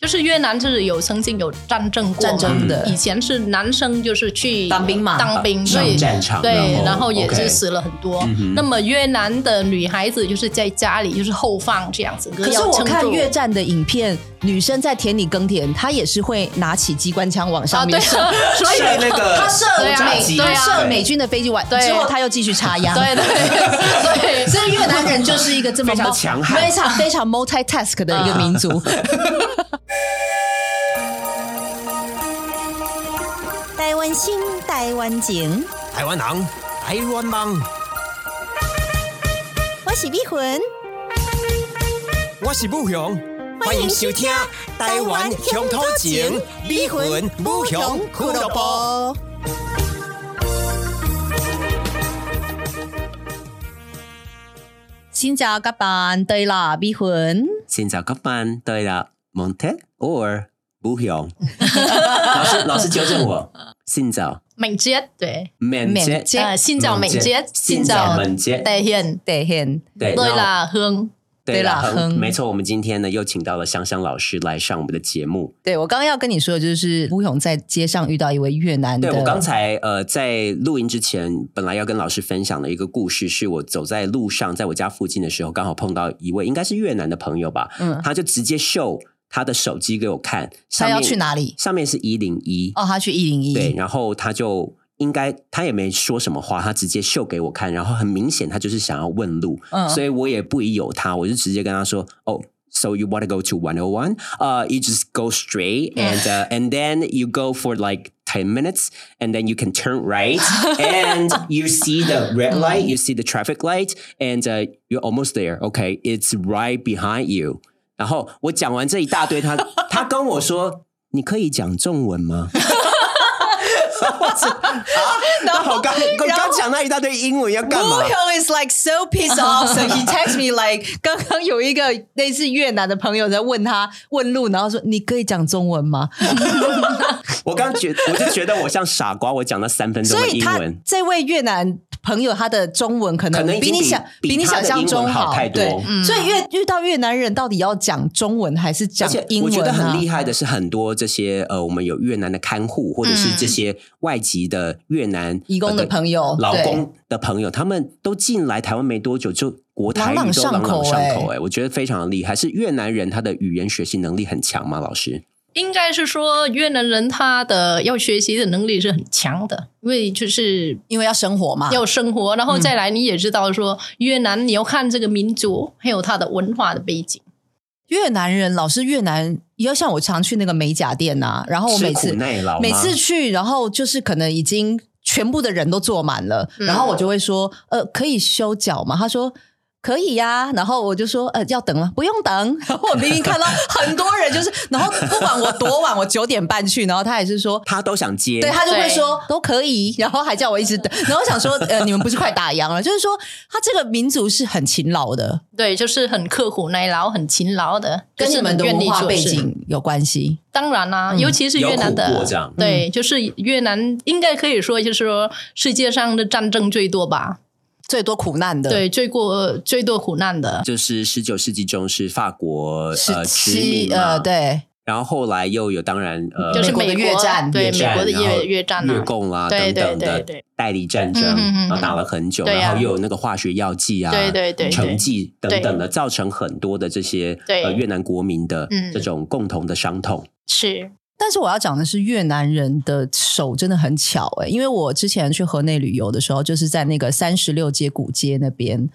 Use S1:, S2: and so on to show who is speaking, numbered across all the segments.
S1: 就是越南是有曾经有战争过嘛
S2: 战争的
S3: 嗯
S1: 以前是男生就是去
S2: 当兵嘛
S1: 当兵
S3: 上
S1: 对
S3: 战场然
S1: 对
S3: 后，
S1: 然后也
S3: OK
S1: 是死了很多
S3: 嗯哼。
S1: 那么越南的女孩子就是在家里就是后放这样子，
S2: 可是
S1: 要
S2: 我
S1: 撑
S2: 看
S1: 住
S4: 越战的影片，女生在田里耕田，她也是会拿起机关枪往
S1: 啊，
S4: 上
S1: 对
S4: 面
S1: 啊，
S4: 射。
S3: 所以那个
S2: 他射
S1: 对啊
S3: 炸
S1: 美
S3: 鸡
S1: 对啊
S4: 射美军的飞机完
S1: 对
S4: 之后，她又继续插秧。
S1: 对 对对，
S4: 所以越南人就是一个这么
S3: 非常
S4: mul-
S3: 强悍
S4: 非常非常 multitask 的一个民 族。
S5: 台湾心，台湾情，
S6: 台湾人，台湾梦，
S5: 我是美魂，
S6: 我是武雄，欢迎收听《台湾乡土情》，美魂武雄俱乐部。
S4: 新加嘎班对啦，逼魂。
S3: 现在各班对了，Monte or 不用。老师，老师纠正我，现在
S1: 敏捷对，
S3: 敏捷
S4: 敏捷
S1: 呃，新造敏捷，
S3: 现
S1: 新
S3: 在
S1: 造
S3: 敏捷，
S1: 代现，
S4: 对很
S1: 对，
S3: 对然后
S1: 啦，哼，
S3: 对
S4: 对啦
S3: 啦，
S4: 哼
S3: 哼没错，我们今天呢又请到了香香老师来上我们的节目。
S4: 对我刚刚要跟你说的就是，吴勇在街上遇到一位越南的，
S3: 对我刚才呃在录音之前，本来要跟老师分享的一个故事，是我走在路上，在我家附近的时候，刚好碰到一位应该是越南的朋友吧，
S4: 嗯，
S3: 他就直接秀他的手机给我看，上
S4: 他要
S3: 面
S4: 去哪里？
S3: 上面是一零一，
S4: 哦，他去一零
S3: 对，
S4: 一，
S3: 然后他就应该他也没说什么话，他直接秀给我看，然后很明显他就是想要问路，
S4: 嗯
S3: 所以我也不疑有他，我就直接跟他说，哦。So you want to go to 101? Uh, you just go straight and uh, and then you go for like 10 minutes and then you can turn right and you see the red light, you see the traffic light and uh, you're almost there. Okay, it's right behind you. 然后我讲完这一大 堆，他他跟我说：“你可以讲中文吗？” 我是啊，然后我刚我刚讲那一大堆英文要干嘛？
S4: Woohyung is like so pissed off, so he texts me like 刚刚有一个类似越南的朋友在问他问路，然后说你可以讲中文吗？
S3: 我刚觉我就觉得我像傻瓜，我讲了三分钟
S4: 所
S3: 的
S4: 以
S3: 英
S4: 他
S3: 文，
S4: 这位越南朋友他的中文可能
S3: 可能已
S4: 比
S3: 经
S4: 你
S3: 比
S4: 想
S3: 比
S4: 你
S3: 他
S4: 想
S3: 的
S4: 象
S3: 英
S4: 中
S3: 文好太多
S4: 对，
S1: 嗯
S4: 所以越遇到越南人到底要讲中文还是
S3: 而
S4: 讲
S3: 且
S4: 英
S3: 我
S4: 文、啊？
S3: 觉得很厉害的是，很多这些呃，我们有越南的看护，或者是这些外籍的越南
S4: 嗯义工的朋友
S3: 呃劳
S4: 对
S3: 工的朋友，他们都进来台湾没多久就。国台语
S4: 朗朗
S3: 都
S4: 上
S3: 朗
S4: 口
S3: 朗上
S4: 欸
S3: 口哎、我觉得非常厉害。是越南人他的语言学习能力很强吗？老师？
S1: 应该是说越南人他的要学习的能力是很强的，因为就是
S4: 因为要生活嘛，
S1: 要生活，然后再来你也知道说越南你要看这个民族还有它的文化的背景，
S4: 越南人老是越南，要像我常去那个美甲店呐、然哦后我
S3: 吃
S4: 每次
S3: 苦耐劳吗，
S4: 每次去，然后就是可能已经全部的人都坐满了，
S1: 嗯
S4: 然后我就会说，呃，可以修脚吗？他说。可以呀、然后我就说，呃，要等吗？不用等。 然后我明明看到很多人，就是，然后不管我多晚，我九点半去，然后他也是说，
S3: 他都想接，
S4: 对他就会
S1: 对
S4: 说都可以，然后还叫我一直等。然后我想说，呃，你们不是快打烊了？就是说，他这个民族是很勤劳的，
S1: 对，就是很刻苦耐劳、很勤劳的，
S4: 跟
S1: 就是
S4: 你们
S1: 很
S4: 的
S1: 愿
S4: 文
S1: 意
S4: 化
S1: 做
S4: 背
S1: 事
S4: 景有关系。
S1: 当然啦、尤其是越南
S3: 有苦
S1: 的
S3: 过这样，
S1: 对，就是越南应该可以说就是说世界上的战争最多吧，
S4: 最多苦难的，
S1: 对，最过最多苦难的，
S3: 就是十九世纪中是法国
S4: 十
S3: 呃殖
S4: 七
S3: 民嘛
S4: 呃，，对，
S3: 然后后来又有当然呃
S1: 就是
S4: 美国
S1: 美
S4: 的越战
S1: 对
S3: 越
S1: 美
S3: 战
S1: 国的
S3: 然后
S1: 越越战
S3: 越
S1: 啊，
S3: 共啦
S1: 对
S3: 等
S1: 对
S3: 等的
S1: 对对
S3: 代理战争，
S1: 嗯嗯嗯
S3: 然后
S1: 嗯
S3: 打了很久，
S1: 对啊
S3: 然后又有那个化学药剂啊，
S1: 对对对对
S3: 成绩等等的，造成很多的这些
S1: 对
S3: 呃越南国民的
S1: 嗯
S3: 这种共同的伤痛。
S1: 是，
S4: 但是我要讲的是，越南人的手真的很巧哎、因为我之前去河内旅游的时候，就是在那个三十六街古街那边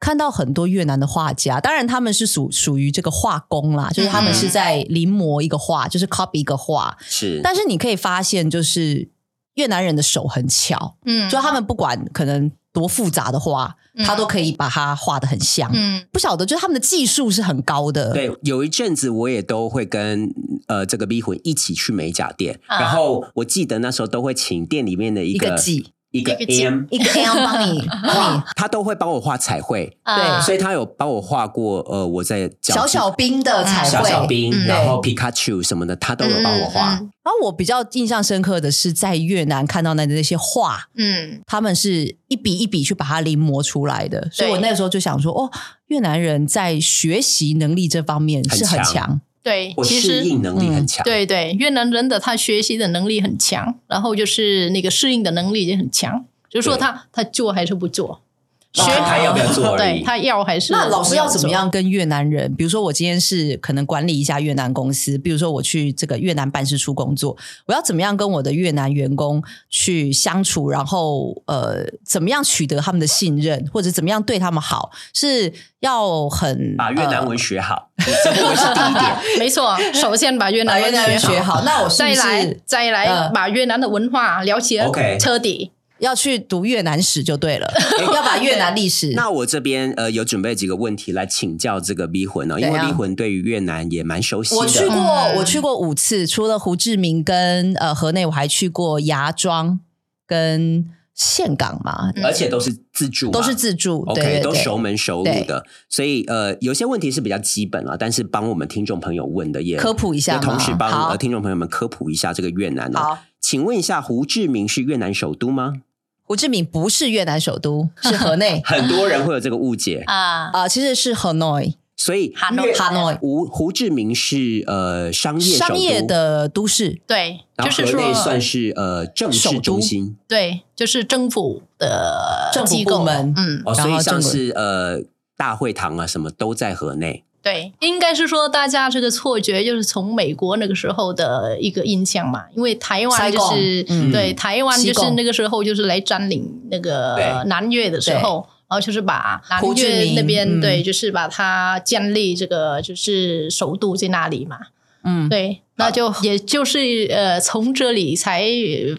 S4: 看到很多越南的画家，当然他们是属属于这个画工啦，就是他们是在临摹一个
S1: 嗯
S4: 画，就是 copy 一个画，
S3: 是，
S4: 但是你可以发现，就是越南人的手很巧，
S1: 嗯，
S4: 就他们不管可能多复杂的画，他
S1: 嗯
S4: 都可以把它画的很像。
S1: 嗯
S4: 不晓得，就是他们的技术是很高的。
S3: 对，有一阵子我也都会跟呃这个逼魂一起去美甲店，
S1: 啊
S3: 然后我记得那时候都会请店里面的一
S4: 一
S3: 个
S4: 个技
S3: 一个
S1: 一个技
S3: M，
S4: 一个 L 帮你 帮你
S3: 他都会帮我画彩绘，
S1: 啊
S3: 所以他有帮我画过呃我在脚
S4: 小
S3: 趾
S4: 小兵的彩绘，
S3: 小小兵，
S1: 嗯
S3: 然后皮卡丘什么的，他都有帮我画。
S1: 嗯
S4: 然后我比较印象深刻的是在越南看到那那些画，
S1: 嗯
S4: 他们是一笔一笔去把它临摹出来的，所以我那时候就想说，哦，越南人在学习能力这方面是很
S3: 很
S4: 强，
S3: 强
S1: 对，
S3: 我
S1: 其实
S3: 适应
S4: 嗯
S3: 能力很强。
S1: 对对，越南人的他学习的能力很强，然后就是那个适应的能力也很强，就是说
S3: 对
S1: 他他做还是不做，学
S3: 看他要不要做而
S1: 对啊
S3: 已。
S1: 他要还是
S4: 那老师要怎么
S1: 做？
S4: 样跟越南人？比如说，我今天是可能管理一家越南公司，比如说我去这个越南办事处工作，我要怎么样跟我的越南员工去相处？然后呃，怎么样取得他们的信任，或者怎么样对他们好？是要很
S3: 把越
S4: 呃
S3: 南文 学好，这个我是第一 点。
S1: 没错，首先把越
S4: 把
S1: 南
S4: 越
S1: 文
S4: 南人
S1: 学
S4: 学好，那我是不
S1: 再来
S4: 是
S1: 再来
S4: 呃
S1: 把越南的文化了解
S3: OK
S1: 彻底。
S4: 要去读越南史就对 了？要把越南历史
S3: 那我这边呃有准备几个问题来请教这个逼魂哦，因
S4: 怎
S3: 为
S4: 样
S3: 逼魂对于越南也蛮熟悉
S4: 啊
S3: 的。
S4: 我去过，
S1: 嗯
S4: 我去过五次，除了胡志明跟呃河内，我还去过芽庄跟岘港嘛，
S3: 而且都是自助嘛，
S4: 都是自助，
S3: OK，
S4: 对对对，
S3: 都熟门熟路的，所以呃，有些问题是比较基本啊，但是帮我们听众朋友问的也
S4: 科普一下
S3: 也
S4: 嘛
S3: 同时帮
S4: 好
S3: 呃听众朋友们科普一下这个越南哦。
S4: 好，
S3: 请问一下，胡志明是越南首都吗？
S4: 胡志明不是越南 首都，是河内
S3: 很多人会有这个误解，
S1: 啊，
S4: 啊、其实是河内，
S3: 所以
S1: 哈诺
S4: 哈诺
S3: 胡胡志明是呃商业首都
S4: 商业，的都市。
S1: 对，
S3: 然
S1: 就
S3: 后
S1: 是
S3: 河内
S1: 说
S3: 算是呃政治中心
S1: 对，就是政府的
S4: 政府
S1: 机构
S4: 部门
S1: 嗯，
S3: 哦，所
S4: 然
S3: 以
S4: 后
S3: 像
S4: 政府
S3: 是呃大会堂啊什么都在河内。
S1: 对，应该是说大家这个错觉就是从美国那个时候的一个印象嘛，因为台湾就是
S4: 西贡
S3: 嗯
S1: 对台湾就
S4: 西
S1: 是
S4: 贡
S1: 那个时候就是来占领那个
S3: 对
S1: 南越的时候。然后就是把南
S4: 胡志
S1: 越
S4: 明
S1: 那边
S4: 嗯
S1: 对，就是把它建立这个就是首都在那里嘛，
S4: 嗯，
S1: 对，那就也就是呃，从这里才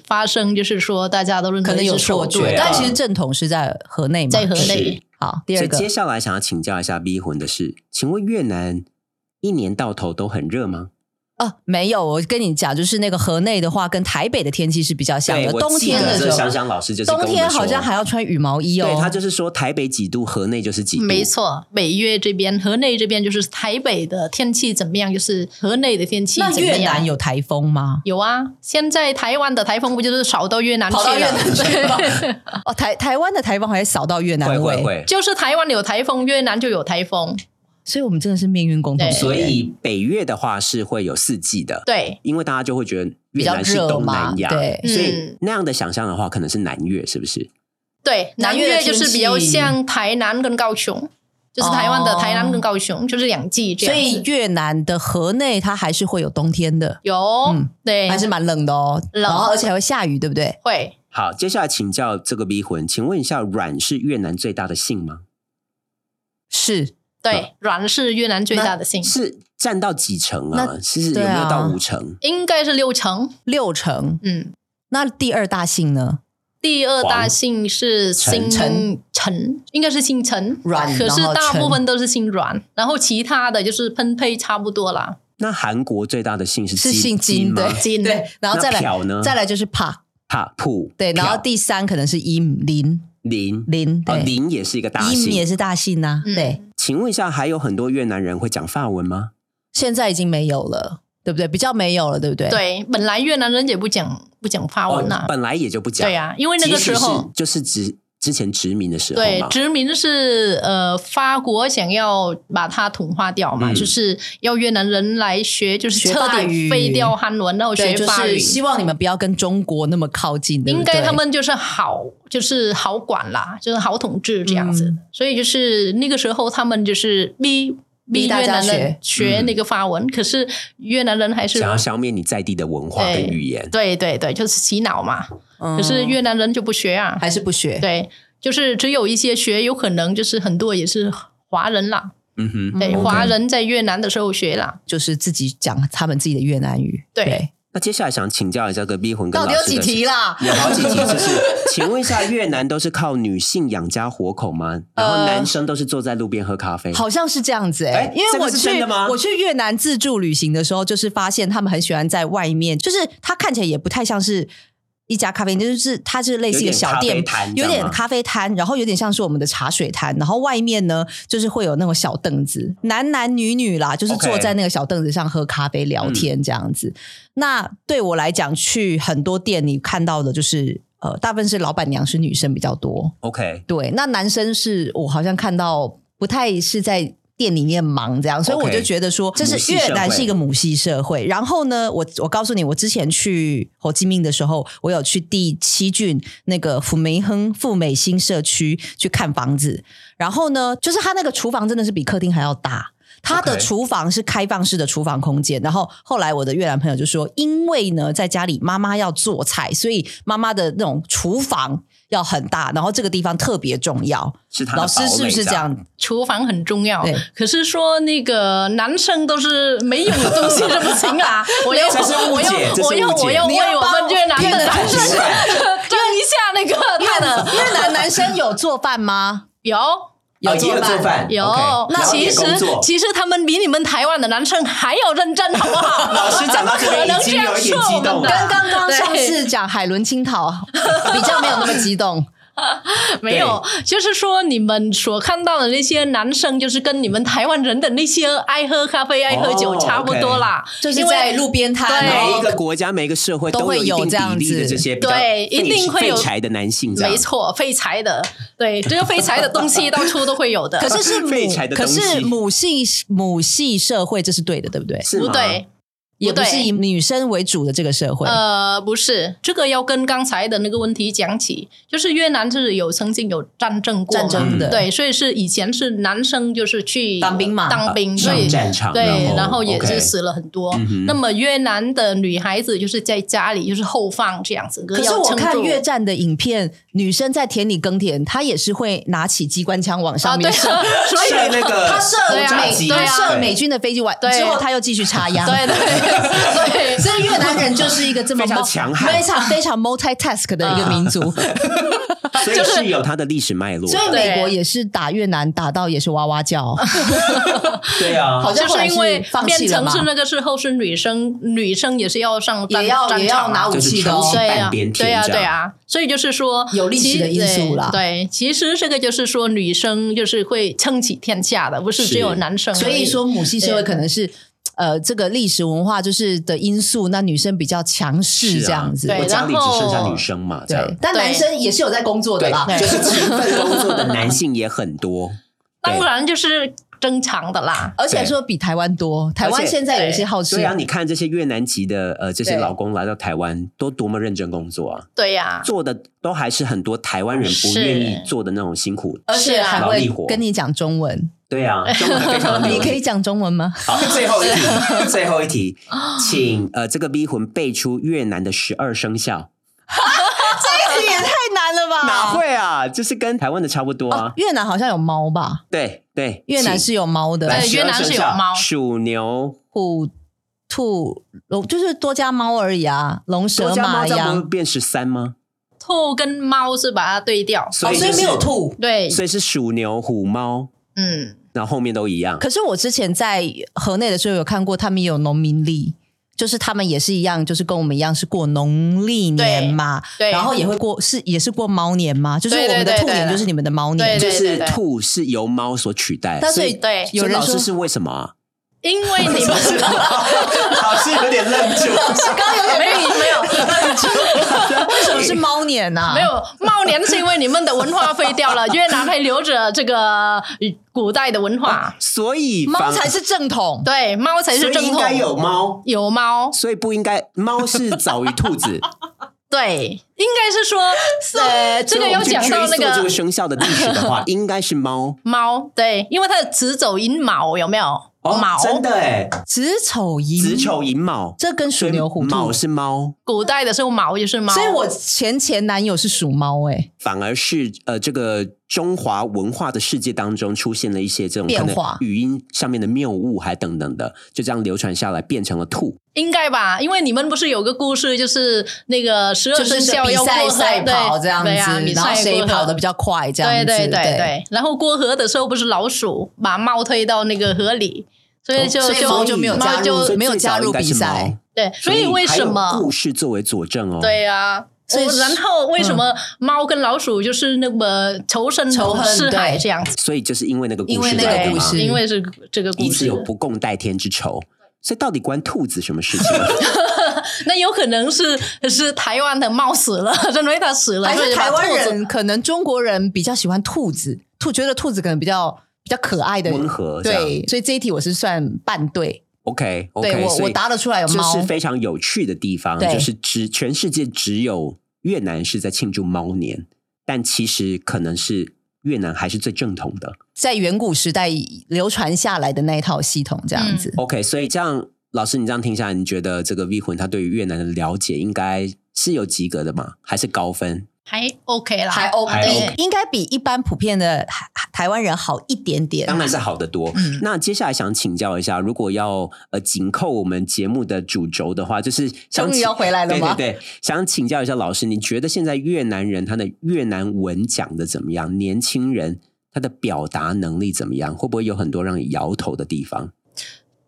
S1: 发生，就是说大家都认为
S4: 可能有
S1: 是首
S4: 错
S1: 都
S4: 觉，
S3: 啊
S4: 但其实正统是在河内嘛，
S1: 在河
S3: 是
S1: 内，
S4: 好，第
S3: 所
S4: 二
S3: 以接
S4: 个
S3: 下来想要请教一下 V 魂的是，请问越南一年到头都很热吗？
S4: 啊，没有，我跟你讲，就是那个河内的话，跟台北的天气是比较像
S3: 对，
S4: 的，
S3: 我
S4: 冬
S3: 记
S4: 天
S3: 得
S4: 的时
S3: 这想
S4: 候，
S3: 想老师就是跟
S4: 冬
S3: 我们
S4: 天好像
S3: 说
S4: 还要穿羽毛衣哦，
S3: 对他就是说台北几度，河内就是几度，
S1: 没错，北越这边、河内这边就是台北的天气怎么样，就是河内的天气
S4: 那
S1: 怎么
S4: 越
S1: 样。
S4: 南有台风吗？
S1: 有啊，现在台湾的台风不就是扫到越南去
S4: 跑到越
S1: 了？
S4: 南去
S1: 对，
S4: 了。哦，台台湾的台风还扫到越南
S3: 会
S4: 位，
S3: 会会。
S1: 就是台湾有台风，越南就有台风。
S4: 所以我们真的是命运共同
S1: 对
S4: 体。
S3: 所以北越的话是会有四季的，
S1: 对，
S3: 因为大家就会觉得
S4: 比
S3: 越
S4: 较
S3: 南是
S4: 热
S3: 东
S4: 嘛，
S3: 南亚，
S4: 对，
S3: 所以
S1: 嗯
S3: 那样的想象的话，可能是南越，是不是？
S1: 对，
S4: 南
S1: 南
S4: 越的
S1: 越就是
S4: 天气
S1: 比较像台南跟高雄，就是台湾的
S4: 哦
S1: 台南跟高雄，就是两季这
S4: 啊所
S1: 样子。
S4: 以越南的河内它还是会有冬天的，
S1: 有、
S4: 嗯
S1: 对
S4: 还是蛮冷的哦，
S1: 冷
S4: 然后而且还会下雨，对不对？
S1: 会。
S3: 好，接下来请教这个逼魂，请问一下，阮是越南最大的姓吗？
S4: 是嗯
S1: 对，阮是越南最大的姓，
S3: 是占到几成啊？
S4: 那
S3: 是有
S4: 对
S3: 没有
S4: 啊
S3: 到五成？
S1: 应该是六成。
S4: 六成。
S1: 嗯，
S4: 那第二大姓呢？
S1: 第二大
S3: 黄
S1: 姓是姓
S4: 陈
S1: 陈，应该是姓陈。
S4: 阮
S1: 可是
S4: 然后
S1: 大
S4: 陈
S1: 部分都是姓阮，然后其他的就是分配差不多啦。
S3: 那韩国最大的姓是
S4: 是
S3: 金
S4: 姓金
S3: 吗
S4: 对？
S1: 金
S4: 对，然后再
S3: 那朴呢
S4: 来，再来就是帕，
S3: 帕普
S4: 对，然后
S3: 朴
S4: 第三可能是伊林
S3: 林
S4: 林，
S3: 啊，
S4: 对，
S3: 林也是一个大
S4: 伊
S3: 姓。
S4: 也是大姓呐，
S1: 嗯
S4: 对。
S3: 请问一下，还有很多越南人会讲法文吗？
S4: 现在已经没有了，对不对？比较没有了，对不对？，
S1: 对，本来越南人也不讲不讲法文呐、
S4: 啊哦
S3: 哦本来也就不讲。
S1: 对呀、因为那个
S3: 即使
S1: 时
S3: 是
S1: 候。
S3: 就是殖之前殖民的时候
S1: 对
S3: 嘛，，
S1: 殖民是呃，法国想要把它同化掉嘛，
S3: 嗯
S1: 就是要越南人来学，就是
S4: 学
S1: 彻
S4: 法
S1: 底
S4: 语
S1: 废掉汉文，然后
S4: 对，
S1: 学
S4: 就
S1: 法语。
S4: 是希望你们不要跟中国那么靠近，对不
S1: 应
S4: 对
S1: 该他们就是好，就是好管啦，就是好统治这样子。
S4: 嗯
S1: 所以就是那个时候，他们就是逼逼
S4: 逼大
S1: 越
S4: 家
S1: 南人
S4: 学
S1: 学
S3: 嗯
S1: 那个法文，可是越南人还是
S3: 想要消灭你在地的文化跟语言。
S1: 对对对，就是洗脑嘛。
S4: 嗯
S1: 可是越南人就不学啊，
S4: 还是不学。
S1: 对，就是只有一些学，有可能就是很多也是华人啦，
S3: 嗯哼。
S1: 对，
S4: OK
S1: 华人在越南的时候学啦。
S4: 就是自己讲他们自己的越南语。
S1: 对
S3: 那接下来想请教一下隔壁魂跟
S4: 到
S3: 老
S4: 底有
S3: 师
S4: 几
S3: 的是，
S4: 题哦啦？
S3: 有好几题，就是 请问一下，越南都是靠女性养家活口吗？然后男生都是坐在路边喝咖
S1: 嗯
S3: 啡。
S4: 呃好像是这样子哎、
S3: 哎
S4: 因为
S3: 这个
S4: 我
S3: 是
S4: 去
S3: 真的吗
S4: 我去越南自助旅行的时候，就是发现他们很喜欢在外面，就是它看起来也不太像是一家咖啡店，就是它是类似一个小
S3: 有
S4: 店
S3: 点咖啡摊，
S4: 有
S3: 这样
S4: 点
S3: 吗
S4: 咖啡摊，然后有点像是我们的茶水摊，然后外面呢就是会有那种小凳子，男男女女啦，就是
S3: OK
S4: 坐在那个小凳子上喝咖啡聊天这样子。那对我来讲，去很多店你看到的就是呃，大部分是老板娘是女生比较多，
S3: OK，
S4: 对，那男生是我好像看到不太是在店里面忙这样，所以
S3: OK
S4: 我就觉得说，这
S3: 母
S4: 是
S3: 系
S4: 越
S3: 社
S4: 南
S3: 会
S4: 是一个母系社会。然后呢，我我告诉你，我之前去胡志明的时候，我有去第七郡那个富梅亨富美新社区去看房子，然后呢，就是他那个厨房真的是比客厅还要大。他的
S3: OK
S4: 厨房是开放式的厨房空间，然后后来我的越南朋友就说，因为呢在家里妈妈要做菜，所以妈妈的那种厨房要很大，然后这个地方特别重要。
S3: 是他的
S4: 老师
S3: 堡
S4: 是不
S3: 垒
S4: 是这？样？
S1: 厨房很重要
S4: 对，
S1: 可是说那个男生都是没用的东西，这不行 啊！我要
S3: 这是误
S1: 我要
S3: 解这是误
S1: 我
S3: 解
S1: 要我要
S4: 你
S1: 为
S4: 要
S1: 我们越南的啊男生
S4: 帮
S1: 争一下那个他的
S4: 越南男生有做饭吗？
S1: 有。
S3: 哦也有做饭
S1: 有
S3: OK，
S1: 那
S3: 了解
S1: 其实
S3: 工作
S1: 其实他们比你们台湾的男生还要认真，好不好？
S3: 老师讲到这边
S1: 可能
S3: 已经
S1: 这样
S3: 有一点
S1: 说
S3: 激
S1: 我们
S3: 动
S1: 的
S4: 刚
S3: 了
S4: 刚
S1: 对
S4: 上次讲海伦青岛比较没有那么激动，
S1: 没有，就是说你们所看到的那些男生，就是跟你们台湾人的那些爱喝咖啡、爱喝酒
S3: 哦
S1: 差不多啦，
S4: 就是
S1: 因为
S4: 在路边摊，
S1: 对
S4: 然
S3: 每一
S4: 后
S3: 个国家、每一个社会
S4: 都会
S3: 有一
S4: 有
S3: 定
S4: 这样
S3: 比例的
S4: 子
S3: 这些比较
S1: 对一
S3: 废
S1: 定会有
S3: 废柴的男性，这样
S1: 没错，废柴的，对，这个废柴的东西到处都会有的。
S4: 可是是母
S3: 废柴的
S4: 可
S3: 东西
S4: 是母系母系社会这是对的，对不对？
S3: 是
S1: 不
S3: 吗？
S1: 对，
S4: 也不
S1: 对
S4: 是以女生为主的这个社会，
S1: 呃，不是，这个要跟刚才的那个问题讲起，就是越南是有曾经有战争过嘛
S4: 战争的、
S3: 嗯
S1: 对，所以是以前是男生就是去
S4: 当兵嘛
S1: 当兵，所以
S3: 上战场，
S1: 对，然后
S3: 后
S1: 也是
S3: OK
S1: 死了很多
S3: 嗯哼。
S1: 那么越南的女孩子就是在家里就是后放这样子，
S4: 可是
S1: 要
S4: 我
S1: 撑
S4: 看
S1: 住
S4: 越战的影片，女生在田里耕田，她也是会拿起机关枪往
S1: 啊，
S4: 上
S1: 对
S4: 面
S1: 啊，
S4: 射，
S1: 所以
S3: 射那个
S4: 她射
S1: 对啊
S4: 美
S1: 对
S4: 她
S1: 啊
S4: 射美军的飞机完
S1: 对
S4: 之后，她又继续插秧，
S1: 对对 对，
S4: 所以越南人就是一个这么
S3: 非常
S4: mul-
S3: 强悍
S4: 非常非常 multitask 的一个民族。
S3: 所 以
S1: 就是
S3: 是有它的历史脉络，
S4: 所以
S1: 对
S4: 美国也是打越南打到也是哇哇叫，
S3: 对啊，
S4: 好像
S1: 就
S4: 后来
S1: 是因为
S4: 放
S1: 变
S4: 弃了
S1: 成
S4: 嘛
S1: 是。那个时候是女生，女生也是要上战
S4: 也要
S1: 战
S4: 也要
S1: 场啊
S4: 拿武
S3: 就
S4: 器
S3: 是
S4: 的
S3: 撑
S4: 哦
S3: 起
S1: 对呀、
S3: 半边
S1: 对
S3: 天
S1: 呀、
S3: 这
S1: 对
S3: 样。
S4: 啊
S1: 呀、所以就是说
S4: 有历史
S1: 其
S4: 的因素啦
S1: 对，对其实这个就是说，女生就是会撑起天下的，不是
S3: 是
S1: 只有男生而已。
S4: 所以说母系社会
S1: 对
S4: 可能是。呃，这个历史文化就是的因素，那女生比较强势
S3: 是啊
S4: 这样子，
S1: 对
S3: 我家里只剩
S1: 然
S3: 下
S1: 后
S3: 女生嘛，这样
S4: 对。。但男生也是有在工作的啦，
S3: 对， 就是勤奋工作的男性也 很多。
S1: 当然就是正常的啦。
S4: 而且说比台湾多。台湾现在有一些好
S3: 所
S4: 事
S3: 以，啊，你看这些越南籍的呃这些老公来到台湾，都多么认真工作啊，
S1: 对呀、
S3: 做的都还是很多台湾人不
S1: 是
S3: 愿意做的那种辛苦。
S4: 而且还
S3: 劳啊力
S4: 会
S3: 活
S4: 跟你讲中文。
S3: 对啊，中文非常流利
S4: 你可以讲中文 吗？
S3: 好，最后一 题，最后一题，请呃这个逼魂背出越南的十二生肖。
S4: 这也太难了吧
S3: 哪会啊？就是跟台湾的差不多啊。
S4: 越南好像有猫吧？
S3: 对对，
S4: 哦越南是有呃猫的，
S1: 来对越南是有猫
S3: 属牛、
S4: 虎、兔、龙，就是多加猫而已啊，龙
S3: 多
S4: 蛇、
S3: 加猫，
S4: 马、哦
S3: 这样不
S4: 羊
S3: 会，变十三吗？
S1: 兔跟猫是把它对调，
S3: 所以、就是
S4: 兔。
S1: 对，
S3: 所以是属牛、虎、猫，
S1: 嗯，
S3: 然后后面都一样。
S4: 可是我之前在河内的时候有看过，他们也有农民历，就是他们也是一样，就是跟我们一样是过农历年嘛，
S1: 对对
S4: 然后也会过是也是过猫年嘛，就是我们的
S1: 对对对
S4: 兔年
S1: 对
S4: 就是你们的猫年，
S1: 对
S3: 就
S1: 对
S3: 是兔是由猫所取代，
S4: 但
S3: 所
S4: 是
S3: 以
S1: 对
S4: 有人
S3: 所以老师
S4: 说
S3: 是为什么啊？
S1: 因为你们
S3: 老师有点愣住，
S1: 没有没有
S4: 为什 么是猫年啊？
S1: 没有猫年是因为你们的文化废掉了，越南还留着这个古代的文
S4: 哦
S1: 化，
S3: 所以
S4: 猫
S3: 反
S4: 才是正统，
S1: 对，猫才是
S3: 所以
S1: 正
S3: 应
S1: 统。
S3: 该有猫，
S1: 有猫，
S3: 所以不应该猫是早于兔子。
S1: 对，应该是 说，呃，这个要讲到
S3: 如果我
S1: 那
S3: 们去追溯这个
S1: 个
S3: 生肖的历史的话，应该是猫
S1: 猫，对，因为它的子走寅卯有没有？
S3: 哦
S1: 卯，
S3: 真的哎，
S4: 子丑寅，
S3: 子丑寅卯，
S4: 这跟属牛虎
S3: 卯
S4: 兔。
S3: 是猫，
S1: 古代的时候卯就是猫，
S4: 所以，我前前男友是属猫、欸，
S3: 反而是呃，这个中华文化的世界当中出现了一些这种
S4: 变
S3: 可能
S4: 化
S3: 语音上面的谬误，还等等的，就这样流传下来，变成了兔。
S1: 应该吧？因为你们不是有个故事，就是那个十二生肖
S4: 比
S1: 要过
S4: 赛
S1: 河，
S4: 赛跑
S1: 对
S4: 这样子，
S1: 对啊比
S4: 然后
S1: 赛
S4: 谁
S1: 过河
S4: 跑得比较快这样
S1: 对
S4: 子，
S1: 对对对，然后过河的时候不是老鼠把猫推到那个河里，所以就、
S4: 所以猫
S1: 就
S4: 就没有
S1: 猫
S4: 加入
S1: 就
S3: 所以
S4: 没有
S3: 最早
S4: 加入
S3: 应该是
S4: 比赛
S3: 猫，
S1: 对，所以为什
S3: 还有
S1: 么
S3: 故事作为佐证哦？
S1: 对啊？
S4: 所以
S1: 我
S4: 是
S1: 然后为什么猫跟老鼠就是那呃么仇深
S4: 仇恨
S1: 似海
S4: 对
S1: 这样子？
S3: 所以就是因为那个故
S4: 因为
S3: 事
S4: 那
S3: 来
S4: 个
S3: 的
S4: 故
S3: 嘛
S4: 事
S1: 因为是这个
S3: 以
S1: 故
S3: 此
S1: 事
S3: 有，不共戴天之仇。所以到底关兔子什么事情？
S1: 那有可能是是台湾的猫死了， 认为它死了，
S4: 还
S1: 所
S4: 是
S1: 以把
S4: 台湾
S1: 兔子
S4: 人可能中国人比较喜欢兔子，兔觉得兔子可能比较。比较可爱的
S3: 温和这样
S4: 对，所以这一题我是算半对。
S3: OK
S4: 对
S3: OK，
S4: 我我答得出来有
S3: 这
S4: 猫
S3: 是非常有趣的地方，
S4: 对
S3: 就是只全世界只有越南是在庆祝猫年，但其实可能是越南还是最正统的。
S4: 在远古时代流传下来的那一套系统，这样
S1: 嗯
S4: 子、
S3: OK，所以这样老师，你这样听下来，你觉得这个 V 魂他对于越南的了解应该是有及格的吗？还是高分？
S1: 还 OK 啦，
S4: 还 OK，,
S3: 还 OK
S4: 应该比一般普遍的台台湾人好一点点。
S3: 当然是好得多。那接下来想请教一下，如果要呃紧扣我们节目的主轴的话，就是想
S4: 终于
S3: 请
S4: 要回来了吗
S3: 对对对，想请教一下老师，你觉得现在越南人他的越南文讲的怎么样？年轻人他的表达能力怎么样？会不会有很多让你摇头的地方？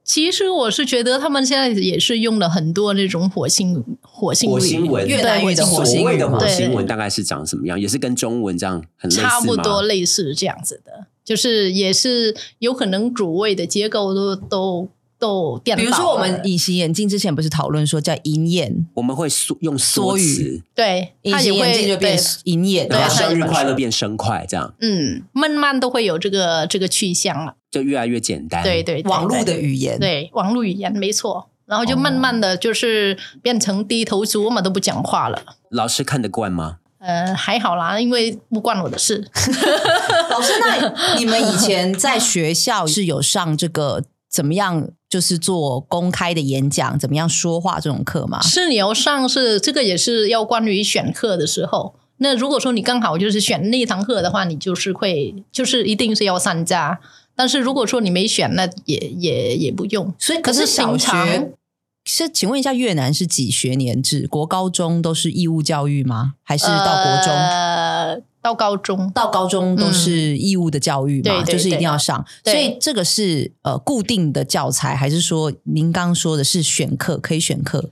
S1: 其实我是觉得他们现在也是用了很多那种火星火星
S3: 火星文
S1: 对
S4: 越南语的火星
S3: 所谓的火
S1: 对
S3: 星文大概是长什么样？也是跟中文这样很类似吗
S1: 差不多类似这样子的，就是也是有可能主谓的结构都都都颠倒
S4: 比
S1: 了。
S4: 如说我们隐形眼镜之前不是讨论说叫银眼，
S3: 我们会缩用
S4: 缩
S3: 缩
S4: 语
S3: 词，
S1: 对，
S4: 隐
S1: 它也
S4: 形眼镜
S1: 会
S4: 就变
S1: 对
S4: 银眼，
S1: 对
S3: 然后
S1: 它也
S3: 生日
S1: 会
S3: 快乐变生快，这样
S1: 嗯，慢慢都会有这个这个去向了。
S3: 就越来越简单。
S1: 对对，对
S4: 啊网络的
S1: 对
S4: 语言。
S1: 对网络语言没错，然后就慢慢的就是变成低头族嘛，都不讲话了。
S3: 老师看得惯吗？
S1: 呃，还好啦，因为不关我的 事。
S4: 老师，那你们以前在学校是有上这个怎么样，就是做公开的演讲，怎么样说话这种课吗？
S1: 啊是你要上是这个也是要关于选课的时候。那如果说你刚好就是选那堂课的话，你就是会就是一定是要参加。但是如果说你没选，那也也也不用。
S4: 所以
S1: 可是
S4: 小
S1: 平
S4: 学
S1: 常
S4: 是，请问一下，越南是几学年制？国高中都是义务教育吗？还是到国中？
S1: 呃，到高中，
S4: 到高中都
S1: 嗯
S4: 是义务的教育嘛，
S1: 对对
S4: 就是一定要上。所
S1: 对
S4: 以这个是呃固定的教材，还是说您刚说的是选课可以选课？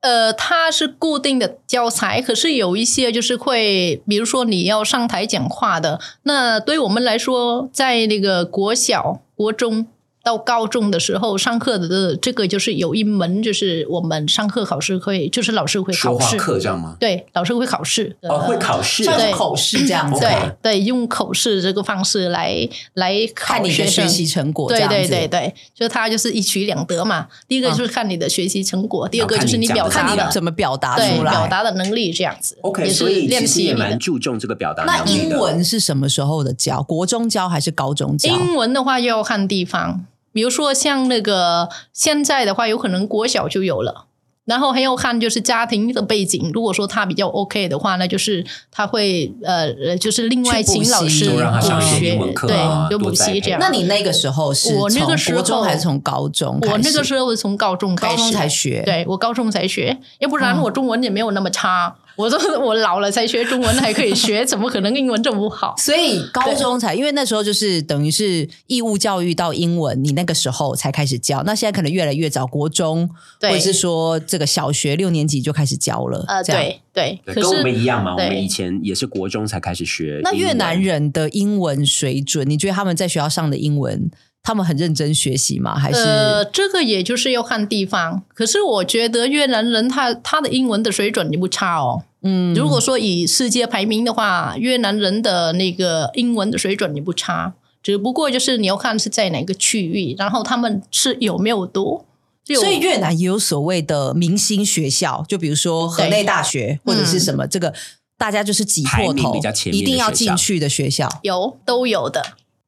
S1: 呃，它是固定的教材，可是有一些就是会，比如说你要上台讲话的，那对我们来说，在那个国小、国中到高中的时候上课的这个，就是有一门，就是我们上课考试会，就是老师会考试，
S3: 这样吗？
S1: 对，老师会考试，
S4: 呃
S3: 哦，会考试啊，
S1: 对
S4: 口试这样
S3: 子
S1: 对对，用口试这个方式来来
S4: 看
S1: 考
S4: 你的
S1: 学
S4: 学
S1: 生。
S4: 习成果，这
S1: 对
S4: 样子嗯
S1: 对对对，就它就是一举两得嘛。第一个就是看你的学习成果，第二个就是你表
S3: 然后
S1: 达
S4: 哦看
S3: 讲
S1: 的
S3: 得
S4: 你怎么表达
S1: 对
S4: 出来。
S1: 表达的能力这样子。
S3: OK，
S1: 也是
S3: 所以
S1: 练
S3: 其实
S1: 习
S3: 也
S1: 你
S3: 蛮
S1: 的。
S3: 注重这个表达
S4: 那
S3: 能力
S4: 英
S3: 的。
S4: 文是什么时候的教？国中教还是高中教？
S1: 英文的话要看地方，比如说像那个现在的话，有可能国小就有了。然后还要看就是家庭的背景，如果说他比较 OK 的话，那就是他会呃呃，就是另外
S4: 去补
S1: 请老
S4: 习
S1: 师
S4: 就让他上
S1: 补
S4: 一
S3: 些
S1: 学，
S3: 英文课啊
S1: 对，就
S3: 多
S1: 补
S3: 栽
S1: 习
S3: 培
S1: 这样。
S4: 那你那个时候是
S1: 我那个时
S4: 从
S1: 候
S4: 国中还是从高中开始？
S1: 我那个时候我从高中开
S4: 高
S1: 始，
S4: 中才学，，嗯
S1: 对我高中才学，要不然我中文也没有那么差。我都我老了才学中文，还可以学，怎么可能英文这么好？
S4: 所以高中才，因为那时候就是等于是义务教育到英文，你那个时候才开始教。那现在可能越来越早，国中或
S1: 对
S4: 者是说这个小学六年级就开始教了。
S1: 呃，
S4: 这样。
S1: 对对，
S3: 对
S1: 可
S3: 跟我们
S1: 是
S3: 一样嘛，我
S1: 对
S3: 们以前也是国中才开始学。
S4: 那越南，人的英文水准，你觉得他们在学校上的英文，他们很认真学习吗？还是、
S1: 呃，这个也就是要看地方。可是我觉得越南人他他的英文的水准也不差哦。
S4: 嗯
S1: 如果说以世界排名的话，越南人的那个英文的水准也不差，只不过就是你要看是在哪个区域，然后他们是有没有读。有
S4: 所以越南也有所谓的明星学校，就比如说河内大学或者是什么，
S1: 嗯
S4: 这个大家就是挤破
S3: 排名
S4: 头
S3: 比较前，面
S4: 一
S3: 的
S4: 定要
S3: 学校
S4: 进去的学 校。
S1: 有都有的。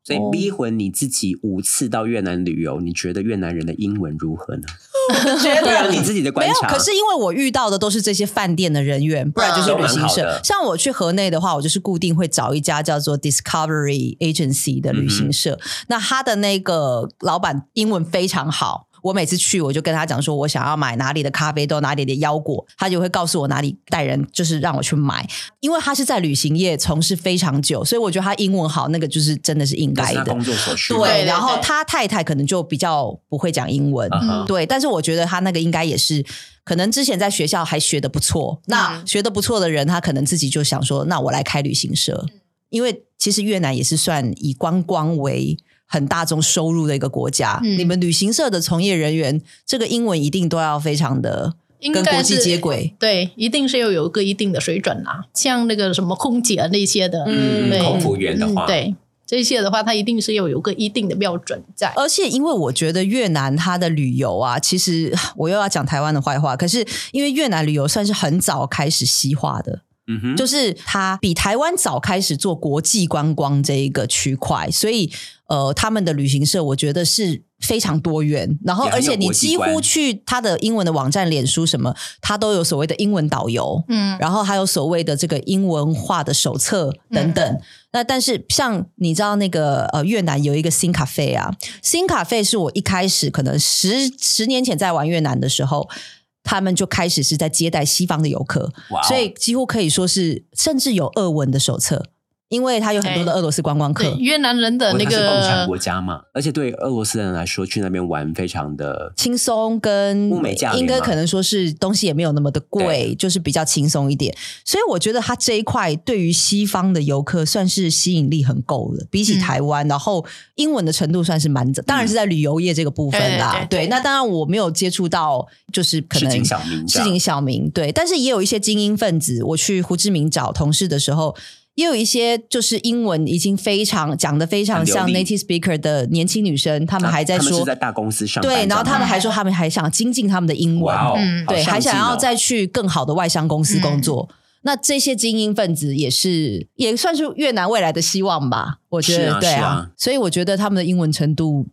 S3: 所以逼魂你自己五次到越南旅游，你觉得越南人的英文如 何呢？对啊，你自己的
S4: 没
S3: 观
S4: 有，
S3: 察。
S4: 可是因为我遇到的都是这些饭店的人员，不然就是旅行
S3: 啊都蛮好
S4: 社
S3: 的。
S4: 像我去河内的话，我就是固定会找一家叫做 Discovery Agency 的旅行社，
S3: 嗯
S4: 那他的那个老板英文非常好。我每次去，我就跟他讲说，我想要买哪里的咖啡豆，哪里的腰果，他就会告诉我哪里带人，就是让我去买。因为他是在旅行业从事非常久，所以我觉得他英文好，那个就是真的是应
S3: 那
S4: 该
S3: 是他
S4: 的
S3: 工。作所需。
S1: 对
S4: 对，
S1: 对
S4: 然后
S1: 对
S4: 他太太可能就比较不会讲英文，
S3: 嗯哼
S4: 对，但是我觉得他那个应该也是，可能之前在学校还学的不错，那
S1: 嗯
S4: 学的不错的人，他可能自己就想说，那我来开旅行社，
S1: 嗯
S4: 因为其实越南也是算以观光为。很大众收入的一个国家，
S1: 嗯
S4: 你们旅行社的从业人员，这个英文一定都要非常的
S1: 应
S4: 跟
S1: 该
S4: 国际
S1: 是
S4: 接轨。
S1: 对，一定是要有一个一定的水准啦、像那个什么空姐那些的，
S3: 嗯
S1: 对
S3: 空服员的话
S1: 嗯对，这些的话，它一定是要有个一定的标准在。
S4: 而且，因为我觉得越南它的旅游啊，其实 我又要讲台湾的坏话。可是，因为越南旅游算是很早开始西化的，
S3: 嗯哼，
S4: 就是它比台湾早开始做国际观光这一个区块，所以呃，他们的旅行社我觉得是非常多元。然后，
S3: 也很有
S4: 而且你
S3: 国际
S4: 几
S3: 观
S4: 乎去它的英文的网站、脸书什么，它都有所谓的英文导游，
S1: 嗯，
S4: 然后还有所谓的这个英文化的手册等等。
S3: 嗯
S4: 那但是像你知道那个呃越南有一个新咖啡啊，新咖啡是我一开始可能十十年前在玩越南的时候。他们就开始是在接待西方的游客，
S3: 哇哦
S4: 所以几乎可以说是，甚至有俄文的手册，因为它有很多
S3: 哎
S4: 的俄罗斯观光
S1: 对
S4: 客，
S1: 越南人
S4: 呃
S1: 的
S3: 我
S1: 那
S3: 哦它是共产
S1: 个
S3: 国家嘛，而且对俄罗斯人来说，去那边玩非常的
S4: 轻松跟
S3: 物美价廉
S4: 应该
S3: 嘛
S4: 可能说是东西也没有那么的贵，
S3: 对
S4: 就是比较轻松一点。所以我觉得它这一块对于西方的游客算是吸引力很够的，比起
S1: 嗯
S4: 台湾，然后英文的程度算是蛮，当然是在旅游业这个部分啦。
S1: 对对对对
S4: 那当然我没有接触到，就是可
S3: 市
S4: 能
S3: 井小民这
S4: 市
S3: 样，
S4: 井小民，对，但是也有一些精英分子。我去胡志明找同事的时候，也有一些就是英文已经非常讲的非常像
S3: 很流利
S4: native speaker 的年轻女生，她们
S3: 啊
S4: 还在
S3: 他们
S4: 说，
S3: 是在大公司上班这
S4: 对，
S3: 样吗，
S4: 然后她们还说她们还想精进她们的英文，
S3: 哇哦，
S1: 嗯
S3: 好
S4: 对，
S3: 上
S4: 还想
S3: 进
S4: 要
S3: 哦嗯
S4: 再去更好的外商公司工作。那这些精英分子也是也算是越南未来的希望吧，我觉
S3: 是
S4: 得
S3: 啊
S4: 对
S3: 是
S4: 啊
S3: 啊，
S4: 所以我觉得他们的英文程度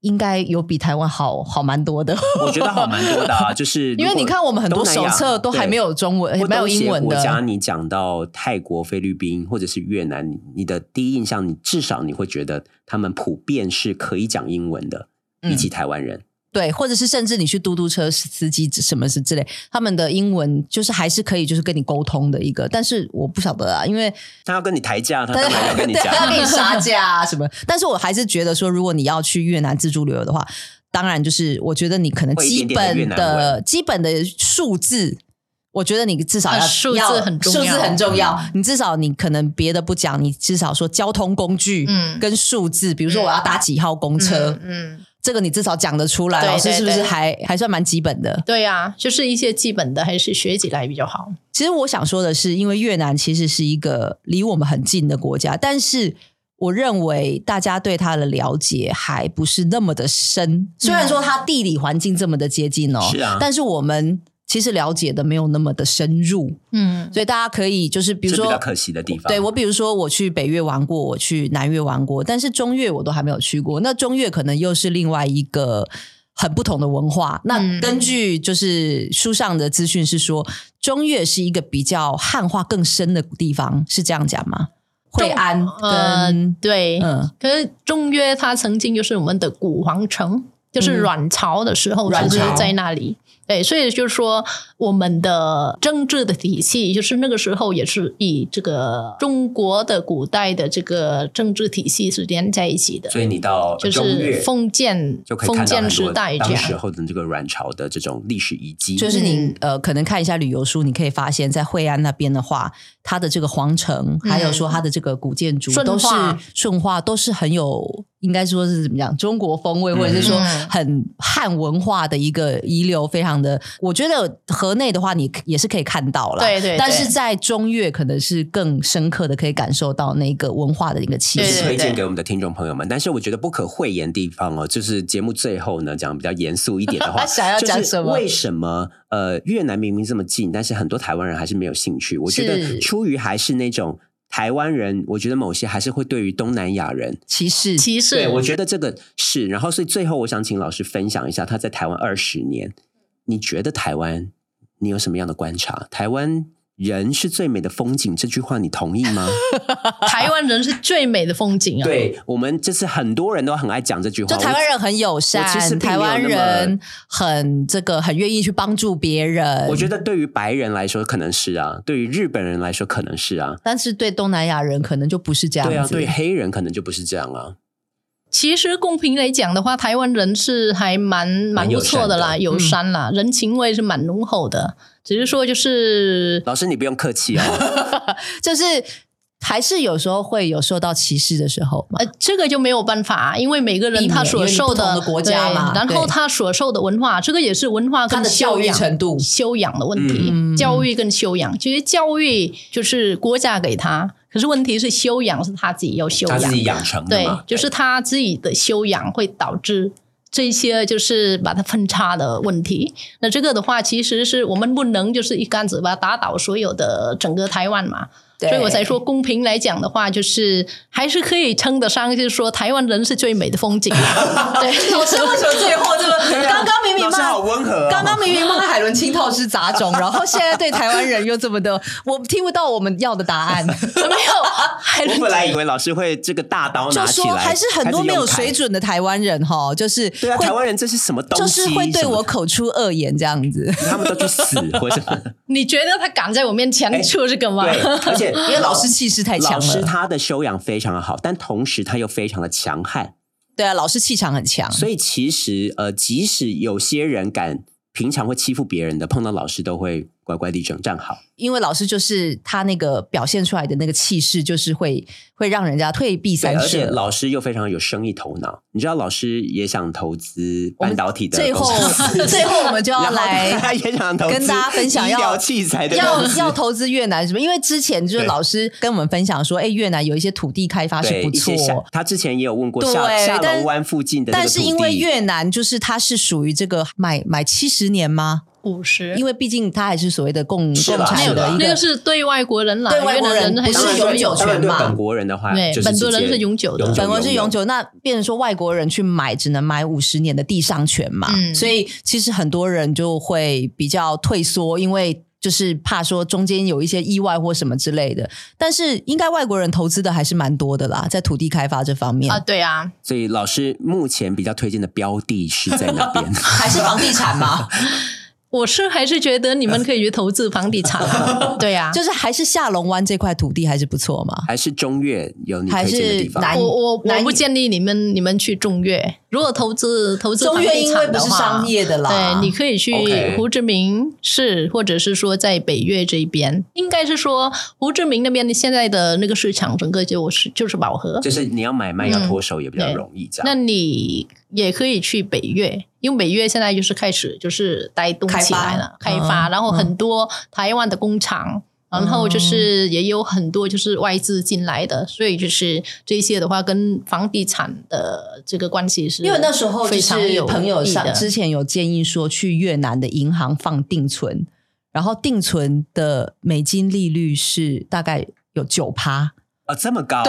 S4: 应该有比台湾好好蛮多的。
S3: 我觉得好蛮多的、啊，就是如
S4: 因为
S3: 果
S4: 你看，我们很多
S3: 东南
S4: 手
S3: 亚
S4: 册都还没。有中文，
S3: 对
S4: 也没有英文
S3: 或东协国家
S4: 的。
S3: 你讲到泰国、菲律宾或者是越南，你你的第一印象，你至少你会觉得他们普遍是可以讲英文的，
S4: 嗯
S3: 比起台湾人。
S4: 对，或者是甚至你去嘟嘟车司机什么是之类，他们的英文就是还是可以，就是跟你沟通的一个。但是我不晓得啊，因为
S3: 他要跟你抬价，他
S4: 他
S3: 当然要跟你讲。
S4: 他跟你杀价啊 什么。但是我还是觉得说，如果你要去越南自助旅游的话，当然就是我觉得你可能
S3: 会一
S4: 基
S3: 点点的越
S4: 本
S3: 南
S4: 的基本的数字。我觉得你至少要、
S1: 啊数字
S4: 要
S1: 很重要嗯
S4: 数字很重要。你至少你可能别的不讲，你至少说交通工具
S1: 嗯
S4: 跟数字，比如说我要搭几号公车，
S1: 嗯嗯，
S4: 这个你至少讲得出来。
S1: 对
S4: 老师
S1: 对
S4: 是不是
S1: 对
S4: 还还算蛮基本的？
S1: 对呀、啊，就是一些基本的还是学起来比较好。
S4: 其实我想说的是，因为越南其实是一个离我们很近的国家，但是我认为大家对它的了解还不是那么的深。虽然说它地理环境这么的接近哦，
S3: 嗯是啊
S4: 但是我们其实了解的没有那么的深入，
S1: 嗯，
S4: 所以大家可以就是比如
S3: 是比
S4: 说
S3: 较。可惜的地方。
S4: 对我，比如说我去北越玩过，我去南越玩过，但是中越我都还没有去过。那中越可能又是另外一个很不同的文化。那
S1: 嗯
S4: 根据就是书上的资讯是说，中越是一个比较汉化更深的地方，是这样讲吗？
S1: 中
S4: 惠安
S1: 呃
S4: 跟、
S1: 对，
S4: 嗯
S1: 可是中约它曾经就是我们的古皇城，就是阮朝的时候，
S4: 阮
S1: 就是
S4: 朝
S1: 在那里。对，所以就是说，我们的政治的体系，就是那个时候也是以这个中国的古代的这个政治体系是连在一起的，
S3: 所以你到
S1: 就
S3: 中
S1: 是
S3: 越
S1: 封建
S3: 就可以
S1: 封
S3: 看到
S1: 建
S3: 很
S1: 时
S3: 多
S1: 代这
S3: 当时
S1: 样。
S3: 候的这个阮朝的这种历史遗迹。
S4: 就是你、
S1: 嗯
S4: 呃，可能看一下旅游书，你可以发现，在惠安那边的话，它的这个皇城，还有说它的这个古建筑，
S1: 嗯顺
S4: 都是
S1: 化
S4: 顺化，都是很有，应该说是怎么讲，中国风味，或者是说
S1: 嗯
S4: 很汉文化的一个遗留，非常的。我觉得河内的话，你也是可以看到啦。
S1: 对对对
S4: 但是在中越，可能是更深刻的可以感受到那个文化的一个气
S3: 也
S1: 对
S4: 息。
S3: 是
S1: 对
S3: 推荐给我们的听众朋友们，但是我觉得不可讳言地方哦，就是节目最后呢，讲比较严肃一点 的话，
S4: 想要讲什么
S3: 就是为什么呃越南明明这么近，但是很多台湾人还是没有兴趣？我觉
S1: 是
S3: 得出于还是那种台湾人，我觉得某些还是会对于东南亚人，
S4: 歧视，
S1: 其
S3: 对
S1: 实
S3: 我觉得这个是。然后所以最后我想请老师分享一下他在台湾二十年，你觉得台湾你有什么样的观察？台湾人是最美的风景这句话，你同意 吗？
S1: 台湾人是最美的风景啊。
S3: 对我们这次很多人都很爱讲这句话，
S4: 就台湾人很友
S3: 我其实
S4: 善，
S3: 并没
S4: 台
S3: 有
S4: 湾
S3: 那么
S4: 人很这个很愿意去帮助别人。
S3: 我。我觉得对于白人来说可能是啊，对于日本人来说可能是啊，
S4: 但是对东南亚人可能就不是这样子。
S3: 对啊，对黑人可能就不是这样啊。
S1: 其实公平来讲的话，台湾人是还蛮蛮不错的啦，
S3: 蛮
S1: 友善啦，
S3: 嗯
S1: 人情味是蛮浓厚的。只是说就是，
S3: 老师你不用客气 哦，
S4: 就是还是有时候会有受到歧视的时候嘛。
S1: 呃，这个就没有办法，因为每个
S4: 避
S1: 人
S4: 免
S1: 他所受
S4: 因为你不同的国家嘛
S1: 对然
S4: 对
S1: 后他所受的文化，这个也是文化
S4: 他
S1: 跟
S4: 的教
S1: 修
S4: 育
S1: 养。
S4: 程度，
S1: 修养的问题，
S4: 嗯
S1: 教育跟修养，其实教育就是国家给他，可是问题是修养是他自己要修
S3: 他
S1: 养，
S3: 自己养成的
S1: 对
S3: 嘛，，
S1: 就是他自己的修养会导致这些就是把它分叉的问题。那这个的话，其实是我们不能就是一竿子把它打倒所有的整个台湾嘛。
S4: 对
S1: 所以我才说，公平来讲的话，就是还是可以称得上，就是说台湾人是最美的风景。对，
S4: 老师为什么最后这么？刚刚明明
S3: 老师好
S4: 骂，
S3: 温和、哦，
S4: 刚刚明明骂海伦清透是杂种，然后现在对台湾人又这么的，我听不到我们要的答 案。
S1: 没有，还
S3: 我本来以为老师会这个大刀
S4: 就
S3: 拿起
S4: 说
S3: 来，
S4: 还是很多没有水
S3: 开始用
S4: 准的台湾人哈，就是
S3: 开。对啊，
S4: 会
S3: 台湾人这是什么东
S4: 就
S3: 西？
S4: 是会对
S3: 什么
S4: 我口出恶言这样子。
S3: 他们都去死，或者
S1: 你觉得他敢在我面前出这个吗？
S3: 对，而且
S4: 因
S3: 因
S4: 为老师气势太强
S3: 老师
S4: 了，
S3: 他的修养非常的好，但同时他又非常的强悍，
S4: 对啊，老师气场很强，
S3: 所以其实呃，即使有些人敢平常会欺负别人的，碰到老师都会乖乖地整站好。
S4: 因为老师就是他那个表现出来的那个气势，就是会会让人家退避
S3: 对，
S4: 三
S3: 而且
S4: 舍。
S3: 老师又非常有生意头脑，你知道老师也想投资半导体的
S4: 最后
S3: 公司，
S4: 最后我们就 要
S3: 然后
S4: 来
S3: 他也想投资
S4: 跟大家分享
S3: 医
S4: 要
S3: 疗器材的
S4: 要
S3: 公司
S4: 要投资越南什么？因为之前就是
S3: 对
S4: 老师跟我们分享说，哎，越南有一些土地开发是
S3: 对
S4: 不
S3: 一些下
S4: 错，
S3: 他之前也有问过下
S4: 对
S3: 下
S4: 但
S3: 龙湾附近的那个
S4: 但
S3: 土
S4: 是
S3: 地，
S4: 因为越南就是它是属于这个买买七十年吗？
S1: 五十，
S4: 因为毕竟它还是所谓的共
S3: 是
S4: 共
S3: 啦
S1: 没
S4: 产
S1: 有
S4: 啊的一
S1: 那
S4: 个
S1: 个是对外国人来，
S4: 对外
S1: 越
S4: 国
S1: 南
S4: 人
S1: 人还
S4: 不
S3: 当
S4: 是
S3: 然
S4: 永
S3: 对
S4: 久
S3: 当然
S4: 权
S3: 对
S4: 嘛
S3: 本国人的话，
S1: 对
S3: 就是
S1: 本国人
S3: 直接
S1: 是永久的
S4: 本国是永
S3: 久。
S4: 久，那变成说外国人去买，只能买五十年的地上权嘛。
S1: 嗯
S4: 所以其实很多人就会比较退缩，因为就是怕说中间有一些意外或什么之类的。但是应该外国人投资的还是蛮多的啦，在土地开发这方面，
S1: 啊，对啊，
S3: 所以老师目前比较推荐的标的是在哪边？
S4: 还是房地产嘛，
S1: 我是还是觉得你们可以去投资房地产 啊，对啊，
S4: 就是还是下龙湾这块土地还是不错嘛。
S3: 还是中越有你推荐的地
S4: 还
S3: 方
S4: 是？
S1: 我我
S4: 南
S1: 我不建议你们你们去中越，如果投资投资
S4: 中
S1: 房
S4: 越
S1: 地
S4: 因为
S1: 产
S4: 不
S1: 的
S4: 是
S1: 话
S4: 商。业的啦，
S1: 对，你可以去
S3: OK
S1: 胡志明市或者是说在北越这一边，应该是说胡志明那边的现在的那个市场，整个就是就是饱和。
S3: 就是你要买卖要脱手也比较
S4: 嗯
S3: 容易，这
S1: 那
S3: 样。
S1: 你也可以去北越，因为北越现在就是开始就是带动
S4: 开发
S1: 起来了，开发，
S4: 嗯
S1: 然后很多台湾的工厂。然后就是也有很多就是外资进来的，所以就是这些的话跟房地产的这个关系是，
S4: 因为那时候就
S1: 非常
S4: 是
S1: 有
S4: 朋友
S1: 益
S4: 上
S1: 的
S4: 之前有建议说去越南的银行放定存，然后定存的美金利率是大概有九趴，
S3: 啊，这么高，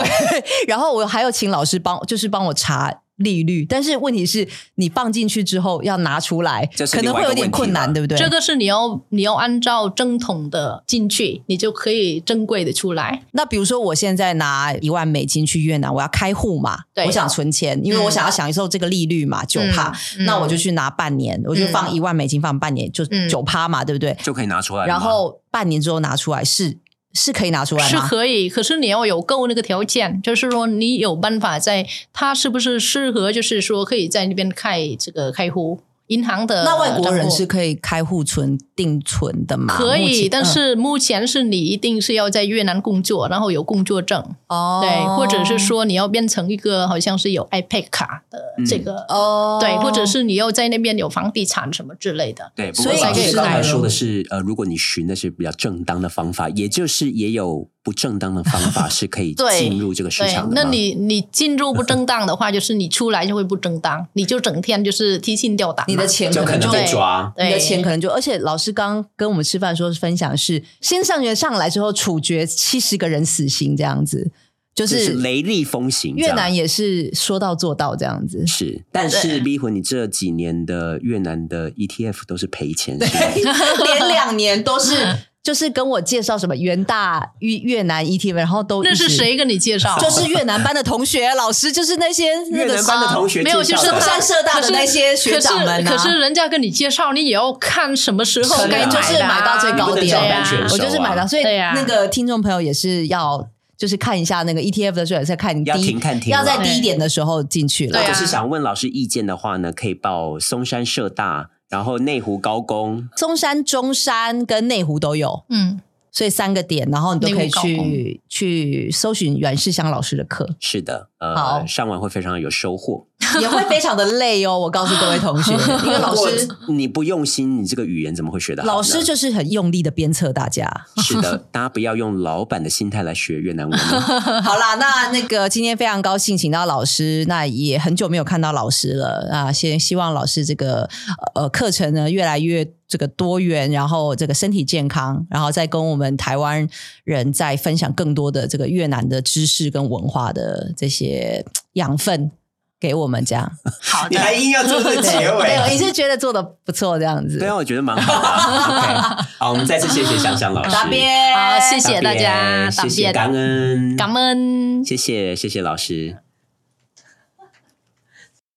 S4: 然后我还有请老师帮，就是帮我查。利率，但是问题是你放进去之后要拿出来
S3: 这，是
S4: 可
S3: 另
S4: 能
S3: 外
S4: 会
S3: 一个
S4: 有点
S3: 问题
S4: 困
S3: 了
S4: 难，对不对？
S1: 这个是你要你要按照正统的进去，你就可以珍贵的出来。
S4: 那比如说，我现在拿一万美金去越南，我要开户嘛，
S1: 对
S4: 我想存钱，因为我想要享受这个利率嘛，九趴、
S1: 嗯
S4: 那我就去拿半年，我就放一万美金放半年，就
S1: 嗯
S4: 九趴嘛，对不对？
S3: 就可以拿出来了吗。
S4: 然后半年之后拿出来是是可以拿出来
S1: 是
S4: 吗？
S1: 可以，可是你要有够那个条件，就是说你有办法在它是不是适合，就是说可以在那边开这个开户银行的
S4: 那外国人
S1: 账户
S4: 是可以开户存定存的吗？
S1: 可
S4: 目
S1: 以，
S4: 前
S1: 但、
S4: 嗯
S1: 是目前是你一定是要在越南工作，然后有工作证，
S4: 哦，嗯
S1: 对，或者是说你要变成一个好像是有 iPad 卡的这个，
S4: 哦，
S1: 对，或者是你要在那边有房地产什么之类的。
S3: 对，不
S4: 所
S3: 过
S4: 以
S3: 老
S1: 可以
S3: 师刚才
S1: 来
S3: 说的是，呃，如果你寻的是比较正当的方法，也就是也有不正当的方法 是可以
S1: 对
S3: 进入这个市
S1: 对
S3: 场，的
S1: 那
S3: 吗
S1: 你你进入不正当的话，就是你出来就会不正当，你就整天就是提心吊胆嘛。
S4: 你的钱
S3: 就可
S4: 能
S3: 能
S4: 就
S3: 被抓。
S1: 对
S4: 你的钱可能就，而且老师刚跟我们吃饭的时候分享是，新上员上来之后处决七十个人死刑这样子，就
S3: 就是
S4: 是
S3: 雷厉风行，
S4: 越
S3: 这样
S4: 南也是说到做到这样 子。
S3: 是，但是逼婚，你这几年的越南的 ETF 都是赔钱，是吗？
S4: 连两年都是，就是跟我介绍什么元大越越南 ETF，然后都
S1: 那是
S4: 一直？
S1: 谁跟你介绍？
S4: 就是越南班的同学、老师，就是那些那
S3: 越
S4: 个
S3: 南班的同学
S1: 没有，
S3: 介
S1: 就
S3: 绍
S1: 是
S3: 的
S1: 他
S4: 中山社大的那些学长们啊
S1: 可是可是人家跟你介绍，你也要看什么时候
S4: 可能
S1: 该
S4: 就是
S1: 买
S4: 买到最高点
S1: 对
S3: 你不能照单全
S1: 啊
S3: 收
S4: 我就是买到，所以
S1: 对啊
S4: 那个听众朋友也是要。就是看一下那个 ETF 的时候，也在看低，
S3: 要停看停
S4: 要在
S1: 了
S4: 低一点的时候进去了
S1: 对。啊
S3: 可是想问老师意见的话呢，可以报松山社大，然后内湖高工。
S4: 中山、中山跟内湖都有，
S1: 嗯，
S4: 所以三个点，然后你都可以
S1: 内湖高
S4: 去去搜寻阮世香老师的课。
S3: 是的，呃
S4: 好，
S3: 上完会非常有收获。
S4: 也会非常的累哦。我告诉各位 同学，因为老师
S3: 如果你不用心，你这个语言怎么会学得好呢？
S4: 老师就是很用力的鞭策大家。
S3: 是的，大家不要用老板的心态来学越南文哦。
S4: 好啦，那那个今天非常高兴请到老师，那也很久没有看到老师了啊，先希望老师这个呃课程呢越来越这个多元，然后这个身体健康，然后再跟我们台湾人再分享更多的这个越南的知识跟文化的这些嘖养分给我们，这样。
S1: 好
S3: 你
S1: 的，
S3: 还硬要做这个结
S4: 对，我也
S3: 尾，
S4: 是觉得做的不错，这样子。
S3: 对啊，我觉得蛮好的。OK，好，啊我们再次谢谢香 香老师，
S4: 答辩，
S1: 好，谢
S3: 答
S1: 谢大家，
S3: 谢谢
S1: 答
S3: 感
S1: 辩
S4: 嗯
S3: 恩，
S1: 感恩。
S3: 谢谢谢谢老师。